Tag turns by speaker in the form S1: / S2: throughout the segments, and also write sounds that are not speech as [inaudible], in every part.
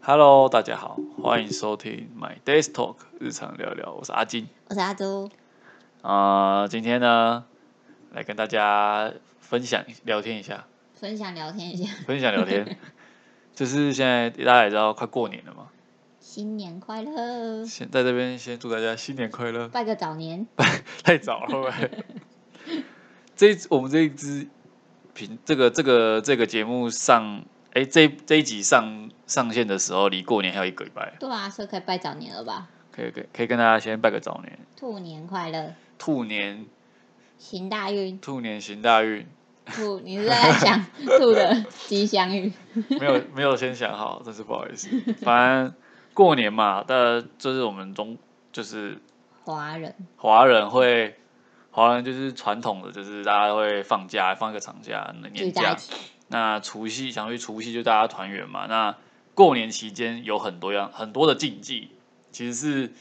S1: Hello，大家好，欢迎收听 My Days Talk 日常聊聊，我是阿金
S2: 我是阿朱。
S1: 啊、今天呢，来跟大家分享聊天一下，
S2: 分享聊天一下，
S1: 分享聊天，就是现在大家也知道快过年了嘛，
S2: 新年快乐，
S1: 先在这边先祝大家新年快
S2: [laughs]
S1: 乐，
S2: 拜个早年。
S1: 太早了会不会这一支我们这一支频这个这个这个节目上，哎，这这一集上上线的时候，离过年还有一个礼拜，
S2: 对啊，所以可以拜早年了吧？
S1: 可以可以可以跟大家先拜个早年，
S2: 兔年快乐，
S1: 兔年
S2: 行大运。
S1: 兔年行大运，
S2: 兔，你是在
S1: [laughs]
S2: 想兔的吉祥语？
S1: 没有没有先想好，真是不好意思。反正过年嘛，但就是我们中就是
S2: 华人
S1: 华人会，华人就是传统的，就是大家会放假，放一个长假，
S2: 聚
S1: 年
S2: 在
S1: 假
S2: 一。起，
S1: 那除夕想去除夕就大家团圆嘛。那过年期间有很多样很多的禁忌，其实是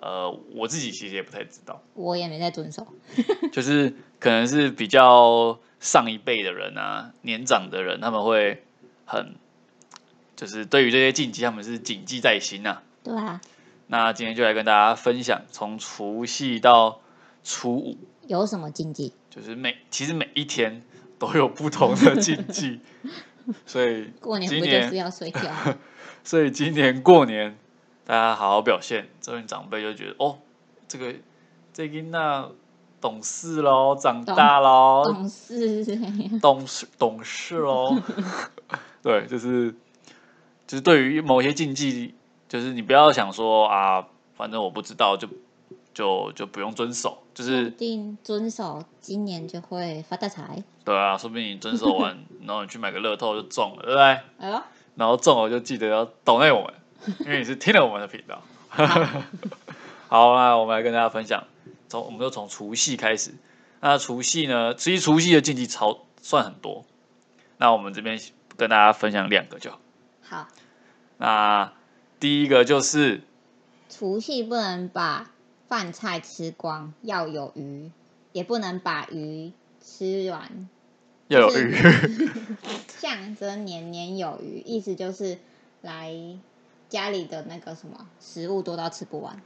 S1: 呃我自己其实也不太知道，
S2: 我也没在遵守。
S1: 就是可能是比较上一辈的人啊，年长的人，他们会很就是对于这些禁忌，他们是谨记在心呐、
S2: 对啊，
S1: 那今天就来跟大家分享，从除夕到初五，
S2: 有什么禁忌？
S1: 就是每其实每一天都有不同的禁忌，所以
S2: 过年
S1: 今
S2: 不就是
S1: 年
S2: 要睡觉？
S1: [laughs] 所以今年过年大家好好表现，这边长辈就觉得哦，这个这囡仔懂事喽，长
S2: 懂
S1: 大喽，
S2: 懂事是这样
S1: 懂事懂事喽。 [laughs] 对，就是就是对于某些禁忌，就是你不要想说啊，反正我不知道就就就不用遵守，就
S2: 一
S1: 是
S2: 定遵守，今年就会发大财。
S1: 对啊，说不定你遵守 [laughs] 完，然后你去买个乐透就中了，对不对？
S2: 哎呦，
S1: 然后中了就记得要懂内我们，因为你是听了我们的频道。 [laughs] 好，那我们来跟大家分享，从我们就从除夕开始。那除夕呢，其实除夕的禁忌超算很多，那我们这边跟大家分享两个就好。
S2: 好，
S1: 那第一个就是
S2: 除夕不能把饭菜吃光，要有鱼，也不能把鱼吃完，
S1: 要有鱼，
S2: 象征年年有余。意思就是来家里的那个什么食物多到吃不完。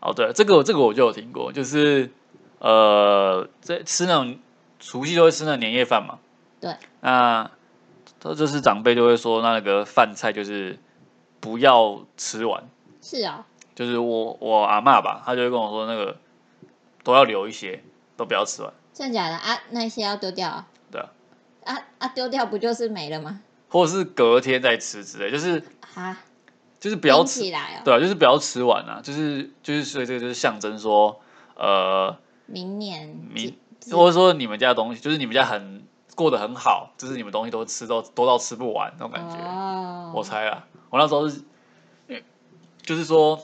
S1: 哦，对，这个这个我就有听过，就是呃，在吃那种除夕都会吃那种年夜饭嘛。
S2: 对。
S1: 那这就是长辈就会说，那个饭菜就是不要吃完，
S2: 是哦，
S1: 就是我我阿嬷吧，她就会跟我说，那个都要留一些，都不要吃完，
S2: 真的假的啊？那些要丢掉啊？
S1: 对啊，
S2: 啊啊，丢掉不就是没了吗？
S1: 或者是隔天再吃之类，就是
S2: 啊，
S1: 就是不
S2: 不
S1: 要吃
S2: 起，来哦。
S1: 对啊，就是不要吃完啊，就是就是所以这个就是象征说，呃，
S2: 明年
S1: 明
S2: 几
S1: 或者说你们家的东西，就是你们家很过得很好，就是你们东西都吃都多到吃不完那种感觉。
S2: 哦，
S1: 我猜啊，我那时候是，就是说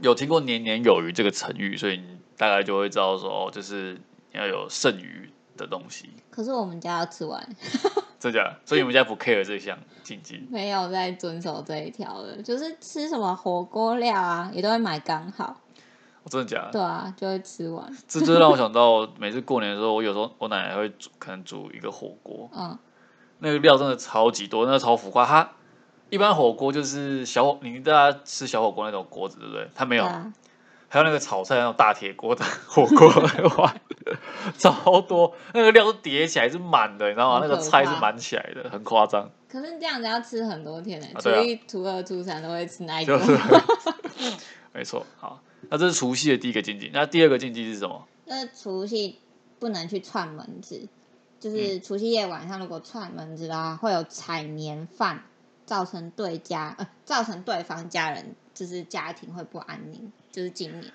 S1: 有听过“年年有余”这个成语，所以你大概就会知道说，哦，就是要有剩余的东西，
S2: 可是我们家要吃完，
S1: 这样。所以你们家不 care 这项禁忌
S2: 没有在遵守这一条的，就是吃什么火锅料啊，也都会买刚好，
S1: 哦真的假
S2: 对
S1: 的？
S2: 啊，就会吃完。
S1: 这这让我想到，每次过年的时候，我有时候我奶奶会煮，可能煮一个火锅，
S2: 嗯，
S1: 那个料真的超级多，那个超浮夸。它一般火锅就是小火，你大家吃小火锅那种锅子，对不对？它没有，
S2: 对啊，
S1: 还有那个炒菜那种大铁锅的 [laughs] 火
S2: [laughs]
S1: 锅的话，超多，那个料都叠起来是满的，你知道吗？
S2: 好
S1: 那
S2: 可
S1: 个菜是
S2: 怕
S1: 满起来的，很夸张，
S2: 可是这样子要吃很多天呢、
S1: 啊
S2: 初
S1: 对啊
S2: 一、初二、初三都会吃那一
S1: 就
S2: 个，
S1: 是 [laughs] 没错。好，那这是除夕的第一个禁忌，那第二个禁忌是什么？
S2: 就是除夕不能去串门子，
S1: 嗯
S2: 就是除夕夜晚上如果串门子啦，会有踩年饭，造成对家呃造成对方家人就是家庭会不安宁，就是今年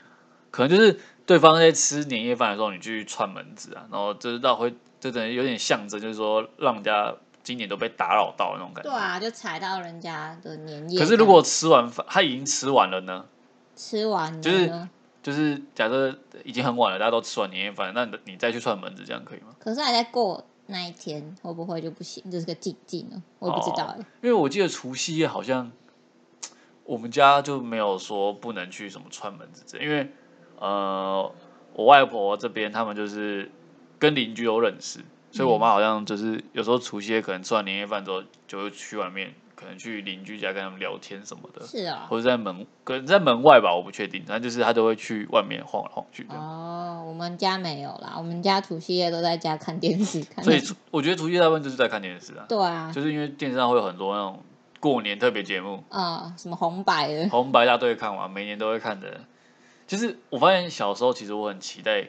S1: 可能就是对方在吃年夜饭的时候，你去串门子啊，然后就是让会，就等于有点象征，就是说让人家今年都被打扰到的那种感觉。
S2: 对啊，就踩到人家的年
S1: 可
S2: 夜这样。
S1: 是如果吃完饭，他已经吃完了呢？
S2: 吃完了
S1: 就是
S2: 呢
S1: 就是假设已经很晚了，大家都吃完年夜饭，那你你再去串门子，这样可以吗？
S2: 可是还在过那一天，会不会就不行？这是个禁忌呢，我也不知道哎、
S1: 因为我记得除夕夜好像我们家就没有说不能去什么串门子之类，因为呃，我外婆这边他们就是跟邻居有认识，所以我妈好像就是有时候除夕夜可能吃完年夜饭之后，就会去外面，可能去邻居家跟他们聊天什么的，
S2: 是哦，
S1: 或者在门可能在门外吧，我不确定，反正就是他都会去外面晃来晃去这样。
S2: 哦，我们家没有啦，我们家除夕夜都在家看电视，看
S1: 所以
S2: 电视
S1: 除我觉得除夕大部分就是在看电视啊，
S2: 对啊，
S1: 就是因为电视上会有很多那种过年特别节目，
S2: 啊、什么红白的，
S1: 红白大队看完，每年都会看的。其实我发现小时候其实我很期待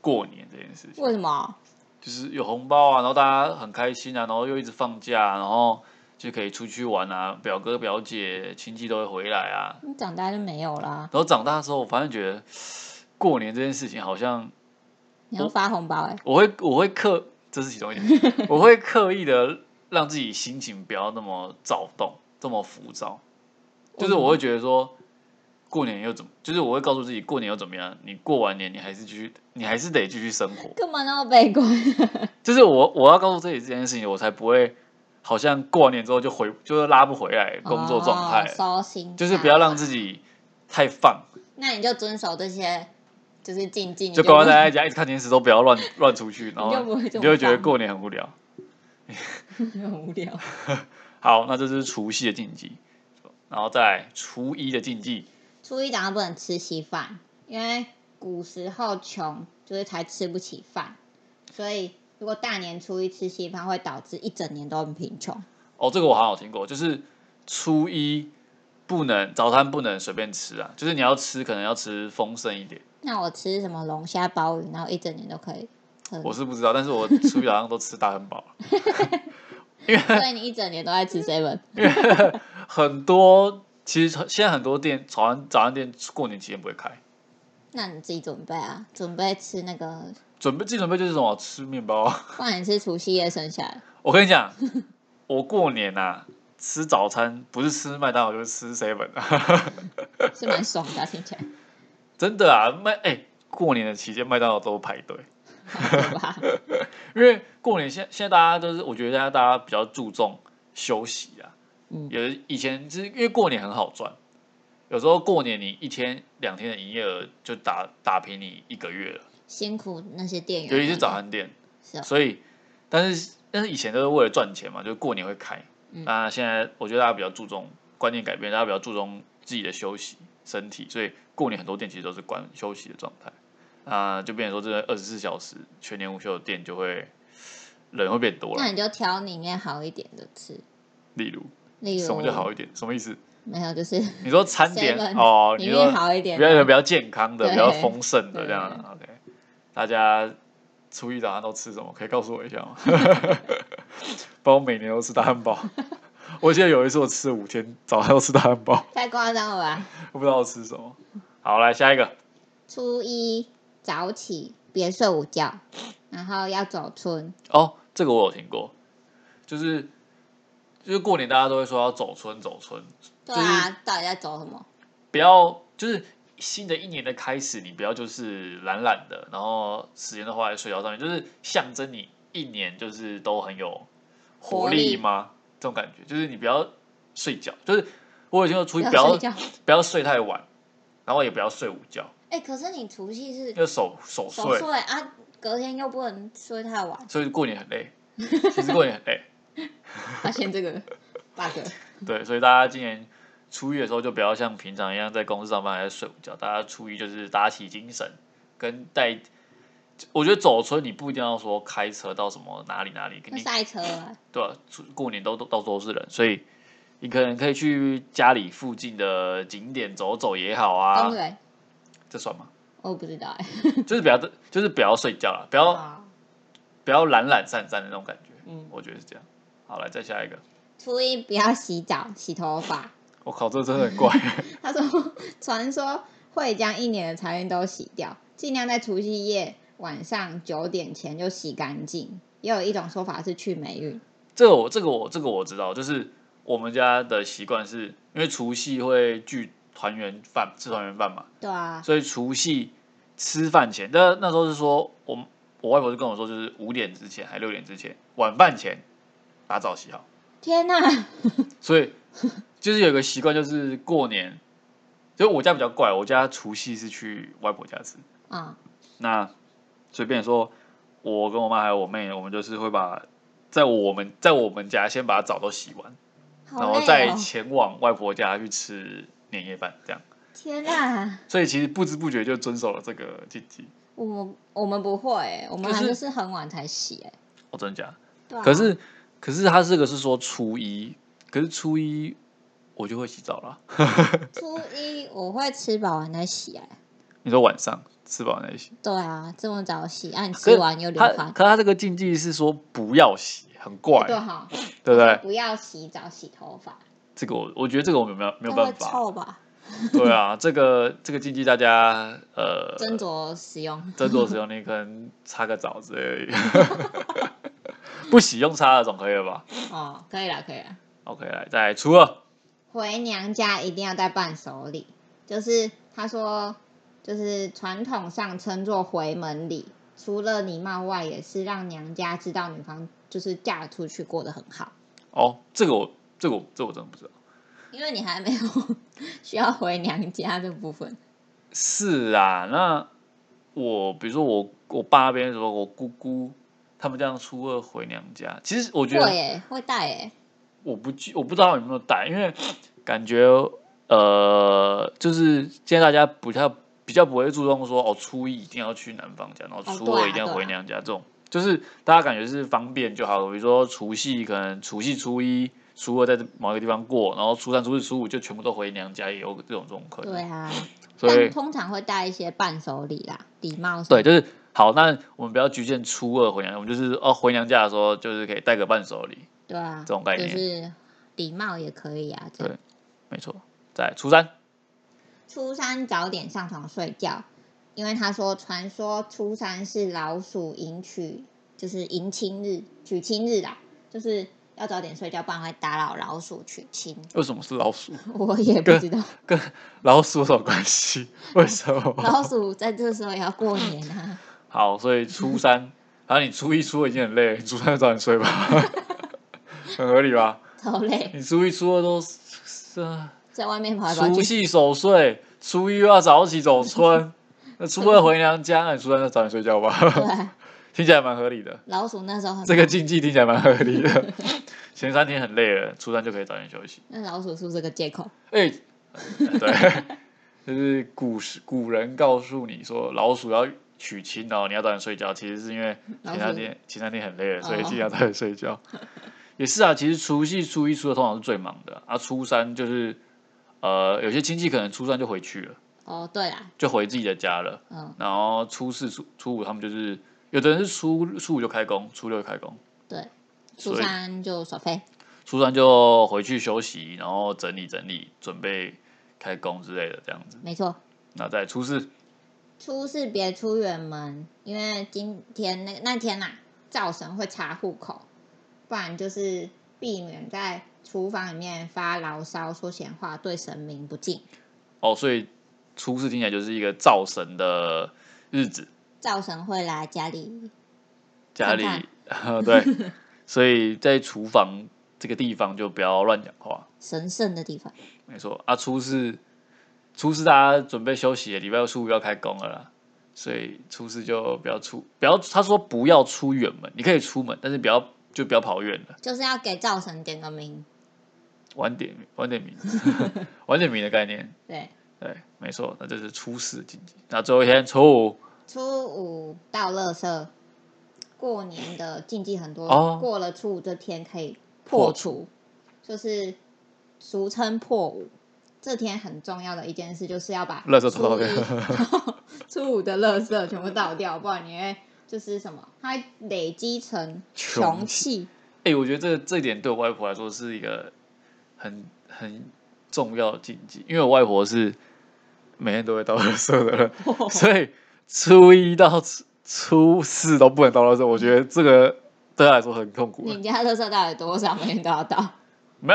S1: 过年这件事情，
S2: 为什么？
S1: 就是有红包啊，然后大家很开心啊，然后又一直放假、然后就可以出去玩啊，表哥表姐亲戚都会回来啊。
S2: 你长大就没有啦，
S1: 然后长大之后，我反正觉得过年这件事情好像
S2: 你要
S1: 我
S2: 发红包哎、
S1: 我会我会刻，这是其中一点，我会刻意的让自己心情不要那么躁动，这么浮躁。就是我会觉得说，过年又怎么？就是我会告诉自己，过年又怎么样？你过完年，你还是继续，你还是得继续生活。
S2: 干嘛那么悲观？
S1: 就是我我要告诉自己这件事情，我才不会好像过完年之后就回，就是拉不回来 [laughs] 工作状态，
S2: 哦、收心，
S1: 就是不要让自。己太放，
S2: 那你就遵守这些，就是静静，
S1: 就乖乖待在家，一直看电视，都不要乱乱出去，然
S2: 你就
S1: 后
S2: 不会
S1: 你
S2: 这么
S1: 就会觉得
S2: 放
S1: 过年很无聊。
S2: 很 [laughs] 无聊。
S1: 好，那这就是除夕的禁忌，然后再来初一的禁忌，
S2: 初一早上不能吃稀饭，因为古时候穷，就是才吃不起饭，所以如果大年初一吃稀饭，会导致一整年都很贫穷。
S1: 哦，这个我好像有听过，就是初一不能早餐不能随便吃啊，就是你要吃可能要吃丰盛一点。
S2: 那我吃什么龙虾鲍鱼，然后一整年都
S1: [laughs]
S2: 可以很
S1: 我是不知道，但是我初一早上都吃大汉堡，啊
S2: 所以你一整年都在吃 seven，
S1: 很多其实现在很多店早餐早餐店过年期间不会开，
S2: 那你自己准备啊，准备吃那个，
S1: 准备自己准备就是什么吃面包啊。 [laughs]
S2: 不然你吃除夕夜剩下的。
S1: 我跟你讲，我过年啊吃早餐不是吃麦当劳就是吃 seven 啊， [laughs]
S2: 是蛮爽的啊、听起来，
S1: 真的啊麦哎、过年的期间麦当劳都排队。
S2: 好吧？
S1: 因为过年现现在大家都是，我觉得现在大家比较注重休息啊。
S2: 嗯
S1: 有以前就是因为过年很好赚，有时候过年你一天两天的营业额就打打平你一个月了，
S2: 辛苦那些店员，
S1: 尤其是早，餐店。
S2: 是哦
S1: 所以，但是但是以前都是为了赚钱嘛，就是过年会开。
S2: 嗯
S1: 那现在我觉得大家比较注重观念改变，大家比较注重自己的休息、身体，所以过年很多店其实都是关休息的状态。啊，就变成说这二十四小时全年无休的店就会人会变多
S2: 那
S1: 了。
S2: 你就挑里面好一点的吃，
S1: 例如
S2: 例如
S1: 什么就好一点，什么意思？
S2: 没有，就是
S1: 你说餐点
S2: Seven，
S1: 哦，
S2: 里
S1: 你说
S2: 面好一点
S1: 比较比
S2: 的，
S1: 较健康的、
S2: 对
S1: 比较丰盛的
S2: 对
S1: 这样。OK，大家初一早上都吃什么？可以告诉我一
S2: [laughs]
S1: 下吗？不然我每年都吃大汉堡。我记得有一次我吃了五天，早上都吃大汉堡，
S2: 太夸张了吧？
S1: 我不知道我吃什么。好，来下一个。
S2: 初一早起，别睡午觉，然后要走村，
S1: 哦，这个我有听过，就是就是过年大家都会说要走村走村，
S2: 对啊，到底在走什么？
S1: 不要就是新的一年的开始，你不要就是懒懒的，然后时间都花在睡觉上面，就是象征你一年就是都很有活力吗？这种感觉就是你不要睡觉，就是我有听说出去不要
S2: 睡觉。
S1: 不要睡太晚，然后也不要睡午觉，
S2: 哎，可是你除夕是
S1: 要守守
S2: 守
S1: 岁，
S2: 岁啊，隔天又不能睡太晚，
S1: 所以过年很累，其实过 [laughs] 年很累，
S2: [laughs] 发现这个 bug。
S1: 对，所以大家今年。初一的时候就不要像平常一样在公司上班还在睡午觉，大家初一就是打起精神，跟带。我觉得走村你不一定要说开车到什么哪里哪里，
S2: 那
S1: 你
S2: 赛车啊，
S1: 对啊，出过年都都到处都是人，所以你可能可以去家里附近的景点走走也好啊
S2: 公，园，
S1: 这算吗？ [laughs]
S2: 我不知道哎。
S1: 就是不要就是不要睡觉了，不要
S2: 好
S1: 不要懒懒散散的那种感觉，
S2: 嗯，
S1: 我觉得是这样。好，来再下一个，
S2: 初一不要洗澡、洗头发。
S1: 我靠，这真的很怪。
S2: 他说，传说会将一年的财运都洗掉，尽量在除夕夜晚上九点前就洗干净。也有一种说法是去霉运，
S1: 这个我这个我这个我知道，就是我们家的习惯是因为除夕会聚团圆饭吃团圆饭嘛，
S2: 对啊，
S1: 所以除夕吃饭前，那那时候是说我我外婆就跟我说，就是五点之前还六点之前晚饭前把澡洗好，
S2: 天哪、
S1: [laughs] 所以就是有个习惯，就是过年，就我家比较怪，我家除夕是去外婆家吃，
S2: 啊、
S1: 那随便说，我跟我妈还有我妹，我们就是会把在我们在我们家先把澡都洗完。
S2: 啊、好
S1: 然后
S2: 累
S1: 再
S2: 哦
S1: 前往外婆家去吃年夜饭，这样。
S2: 天啊，
S1: 所以其实不知不觉就遵守了这个禁忌。
S2: 我们我们不会、欸，我们
S1: 可
S2: 还
S1: 是
S2: 是是很晚才洗、欸，
S1: 哦，真的假的？
S2: 对啊
S1: 可是可是他这个是说初一，可是初一我就会洗澡啦。
S2: 初一我会吃饱完再洗、欸，
S1: 你说晚上吃饱再洗，
S2: 对啊，这么早洗，啊，你
S1: 可
S2: 吃
S1: 是
S2: 完又流
S1: 他
S2: 汗，
S1: 可他这个禁忌是说不要洗，很怪，
S2: 对啊哈，
S1: 对不对？
S2: 不要洗澡洗头发，
S1: 这个我我觉得这个我们没有没有
S2: 这
S1: 办
S2: 会
S1: 法，
S2: 臭吧？
S1: 对啊，这个这个禁忌大家呃
S2: 斟酌使用，
S1: 斟酌使用，你可能擦个澡之类的， [laughs] 不洗用擦的总可以了吧
S2: 哦，可以了，可以了。
S1: ？OK，来再来初二，
S2: 回娘家一定要带伴手礼，就是他说，就是传统上称作回门礼，除了礼貌外，也是让娘家知道女方就是嫁出去过得很好，
S1: 哦，这个我这个我这个我真的不知道。
S2: 因为你还没有 [laughs] 需要回娘家的部分。
S1: 是啊，那我比如说我我爸那边说，我姑姑他们这样初二回娘家，其实我觉
S2: 会
S1: 得
S2: 耶，会带耶，
S1: 我不记我不知道有没有带，因为感觉呃，就是现在大家不太比较不会注重说哦，初一一定要去男方家，然后
S2: 哦
S1: 初
S2: 对
S1: 二
S2: 啊
S1: 一定要
S2: 对
S1: 回
S2: 啊
S1: 娘家、这种，就是大家感觉是方便就好了。比如说除夕可能除夕初一。初二在这某一个地方过，然后初三、初四、初五就全部都回娘家，也有这种这种可能。
S2: 对啊，
S1: 所以
S2: 但通常会带一些伴手礼啦，礼貌什么
S1: 对，就是好，那我们不要局限初二回娘家，我们就是哦回娘家的时候，就是可以带个伴手礼，
S2: 对啊，
S1: 这种概念
S2: 就是礼貌也可以啊，这样
S1: 对没错。在初三
S2: 初三早点上床睡觉，因为他说传说初三是老鼠迎娶，就是迎亲日、娶亲日啦，就是要早点睡觉，不然会打扰老鼠娶亲。 [laughs]
S1: 为什么是老鼠？
S2: 我也不知道，
S1: 跟老鼠有什么关系？ [laughs] 为什
S2: 老
S1: 么？
S2: 鼠在这时候也要过年
S1: [laughs]
S2: 啊。
S1: 好，所以初三，然后你初一、初二已经很累了，你初三就早点睡吧， [laughs] 很合理吧？
S2: 好累，
S1: 你初一、初二都是啊
S2: 在外面跑来跑
S1: 除
S2: 去，
S1: 夕守岁，初一又要早起走春，那初二回娘家，那你初三就早点睡觉吧， [laughs]
S2: 对，
S1: 听起来蛮合理的。
S2: 老鼠那时候很
S1: 这个禁忌听起来蛮合理的。前三天很累了，初三就可以早点休息。
S2: 那老鼠是不是个借口？
S1: 哎、 [laughs] 对，就是古时古人告诉你说，老鼠要娶亲哦，你要早点睡觉。其实是因为
S2: 老
S1: 前三
S2: 鼠
S1: 天前三天很累了，所以
S2: 哦
S1: 尽量早点睡
S2: [laughs]
S1: 觉。也是啊，其实除夕、初一、初二通常是最忙的啊，初三就是呃，有些亲戚可能初三就回去了，
S2: 哦，对啦，
S1: 就回自己的家了。
S2: 嗯，
S1: 然后初四、初初五他们就是，有的人是初初五就开工，初六就开工。
S2: 对，
S1: 所以
S2: 初三就耍飞，
S1: 初三就回去休息，然后整理整理，准备开工之类的这样子。
S2: 没错。
S1: 那在初四，
S2: 初四别出远门，因为今天那那天呐、啊，灶神会查户口，不然就是避免在厨房里面发牢骚、说闲话，对神明不敬。
S1: 哦，所以初四听起来就是一个灶神的日子，
S2: 灶神会来家里，
S1: 家里 [laughs]
S2: 看
S1: 对，所以在厨房这个地方就不要乱讲话，
S2: 神圣的地方，
S1: 没错啊。初四，初四大家准备休息，礼拜初五要开工了啦。所以初四就不要出，不要他说不要出远门，你可以出门，但是不要就不要跑远了。
S2: 就是要给灶神点个名。
S1: 晚点晚点名，晚点名的概念，
S2: 对，
S1: 对，没错，那就是初四禁忌。那最后一天初五，
S2: 初五到垃圾，过年的禁忌很多，
S1: 哦
S2: 过了初五这天可以
S1: 破
S2: 破除，就是俗称破五。这天很重要的一件事就是要把
S1: 垃圾都倒
S2: 初一
S1: 掉
S2: 然后初五 [laughs] 的垃圾全部倒掉，不然你会就是什么，它会累积成
S1: 穷
S2: 穷气。
S1: 哎、我觉得这这一点对我外婆来说是一个很很重要的禁忌，因为我外婆是每天都会倒垃圾的人，
S2: 哦
S1: 所以初一到初初四都不能倒垃圾。我觉得这个对她来说很痛苦
S2: 你，家垃圾到底多少？每天都要倒，
S1: 没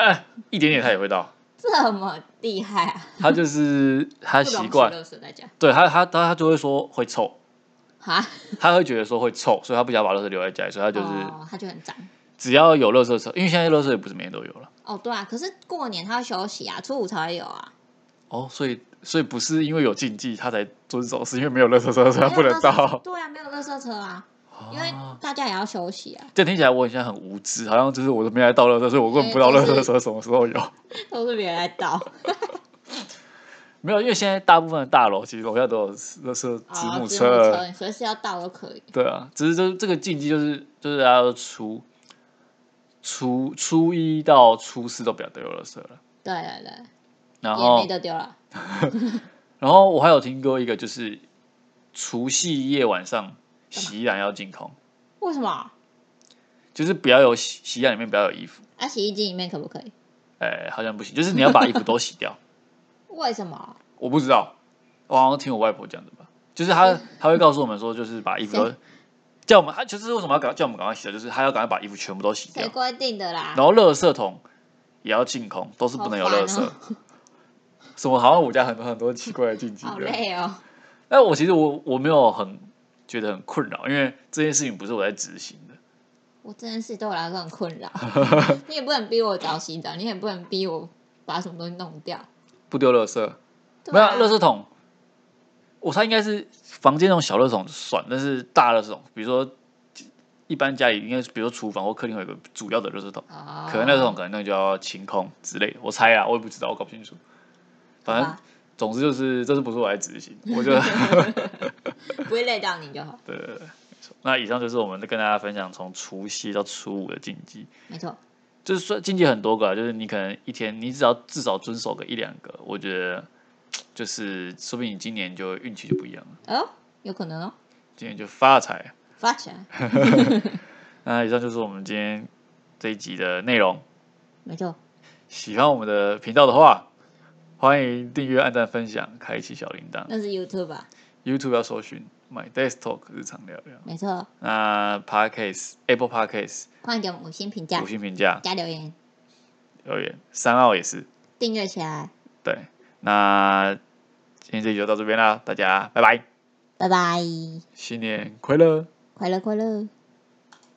S1: 一点点她也会倒，
S2: 这么厉害啊！
S1: 她
S2: [laughs]
S1: 就是她
S2: 不容
S1: 习
S2: 许
S1: 惯，
S2: 垃圾在家
S1: 对她她她她就会说会臭。
S2: 哈，
S1: 她会觉得说会臭，所以她不想把垃圾留在家里，所以她就是
S2: 哦，它就很脏。
S1: 只要有垃圾车，因为现在垃圾也不是每天都有了
S2: 哦，对啊，可是过年他要休息啊，初五才会有啊。
S1: 哦，所以所以不是因为有禁忌他才遵守，是因为没有垃圾车，所以他不
S2: 没有
S1: 能 [laughs]
S2: 垃圾车
S1: 倒。
S2: 对啊，没有垃圾车啊，因为
S1: 啊
S2: 大家也要休息啊，
S1: 这样听起来我好像很无知，好像就是我都没来倒垃圾，所以我根本不知道
S2: 对
S1: 垃
S2: 就是
S1: 圾车什么时候有。
S2: 都是别人来
S1: [laughs]
S2: 倒。
S1: 没有，因为现在大部分的大楼其实楼下都有垃圾子母
S2: 哦
S1: 车
S2: 子
S1: 了
S2: 母，你随时要倒都可以。
S1: 对啊，只是就是这个禁忌就是就是大家都初初初一到初四都不要丢垃圾了。
S2: 对对对，
S1: 然
S2: 也
S1: 后
S2: 没得丢了。
S1: 然后我还有听过一个就是除夕夜晚上洗衣篮要净空，
S2: 为什么？
S1: 就是不要有洗洗衣篮里面不要有衣服，
S2: 啊，洗衣机里面可不可以？
S1: 哎、好像不行，就是你要把衣服都洗掉。
S2: 为什么？
S1: [laughs] 我不知道，我好像听我外婆讲的吧，就是她
S2: 嗯
S1: 她会告诉我们说，就是把衣服都叫我们，她就是为什么要赶叫我们赶快洗掉，就是她要赶快把衣服全部都洗掉
S2: 谁，规定的啦？
S1: 然后垃圾桶也要净空，都是不能有垃圾。
S2: 好哦
S1: 什么好像我家很多很多奇怪的禁忌
S2: 好
S1: 对
S2: 累哦。
S1: 但我其实我我没有很觉得很困扰，因为这件事情不是我在执行的。
S2: 我这件事对我来说很困
S1: [laughs]
S2: 扰。你也不能逼我早洗澡，你也不能逼我把什么东西弄掉。
S1: 不丢垃圾，
S2: 对
S1: 没有
S2: 啊
S1: 啊垃圾桶，我猜应该是房间那种小垃圾桶算，但是大垃圾桶，比如说一般家里应该是，比如说厨房或客厅有一个主要的垃圾桶，
S2: 哦，
S1: 可能垃圾桶可能那个就要清空之类的，我猜啊，我也不知道，我搞不清楚。
S2: 好
S1: 反正
S2: 吧，
S1: 总之就是，这是不是我来执
S2: [laughs]
S1: 行？我觉得
S2: 不会累到你就好。
S1: [laughs] 对对对，没错。那以上就是我们跟大家分享从除夕到初五的禁忌。
S2: 没错，
S1: 就是说禁忌很多个啊，就是你可能一天你只要至少遵守个一两个，我觉得就是说不定你今年就运气就不一样了，
S2: 哦，有可能哦，
S1: 今年就发财。
S2: 发起来，
S1: 那以上就是我们今天这一集的内容。
S2: 没错，
S1: 喜欢我们的频道的话，欢迎订阅、按赞、分享、开启小铃铛。
S2: 那是 YouTube 吧？
S1: YouTube 要搜寻 My Desk Talk 日常聊聊。
S2: 没错，
S1: 那 Podcast Apple Podcast
S2: 快点给我们五星评价
S1: 五，星评价
S2: 加留言，
S1: 留言，三奥也是
S2: 订阅起来，
S1: 对。那今天这集就到这边啦，大家拜拜。
S2: 拜拜，
S1: 新年快乐！
S2: 快乐快乐。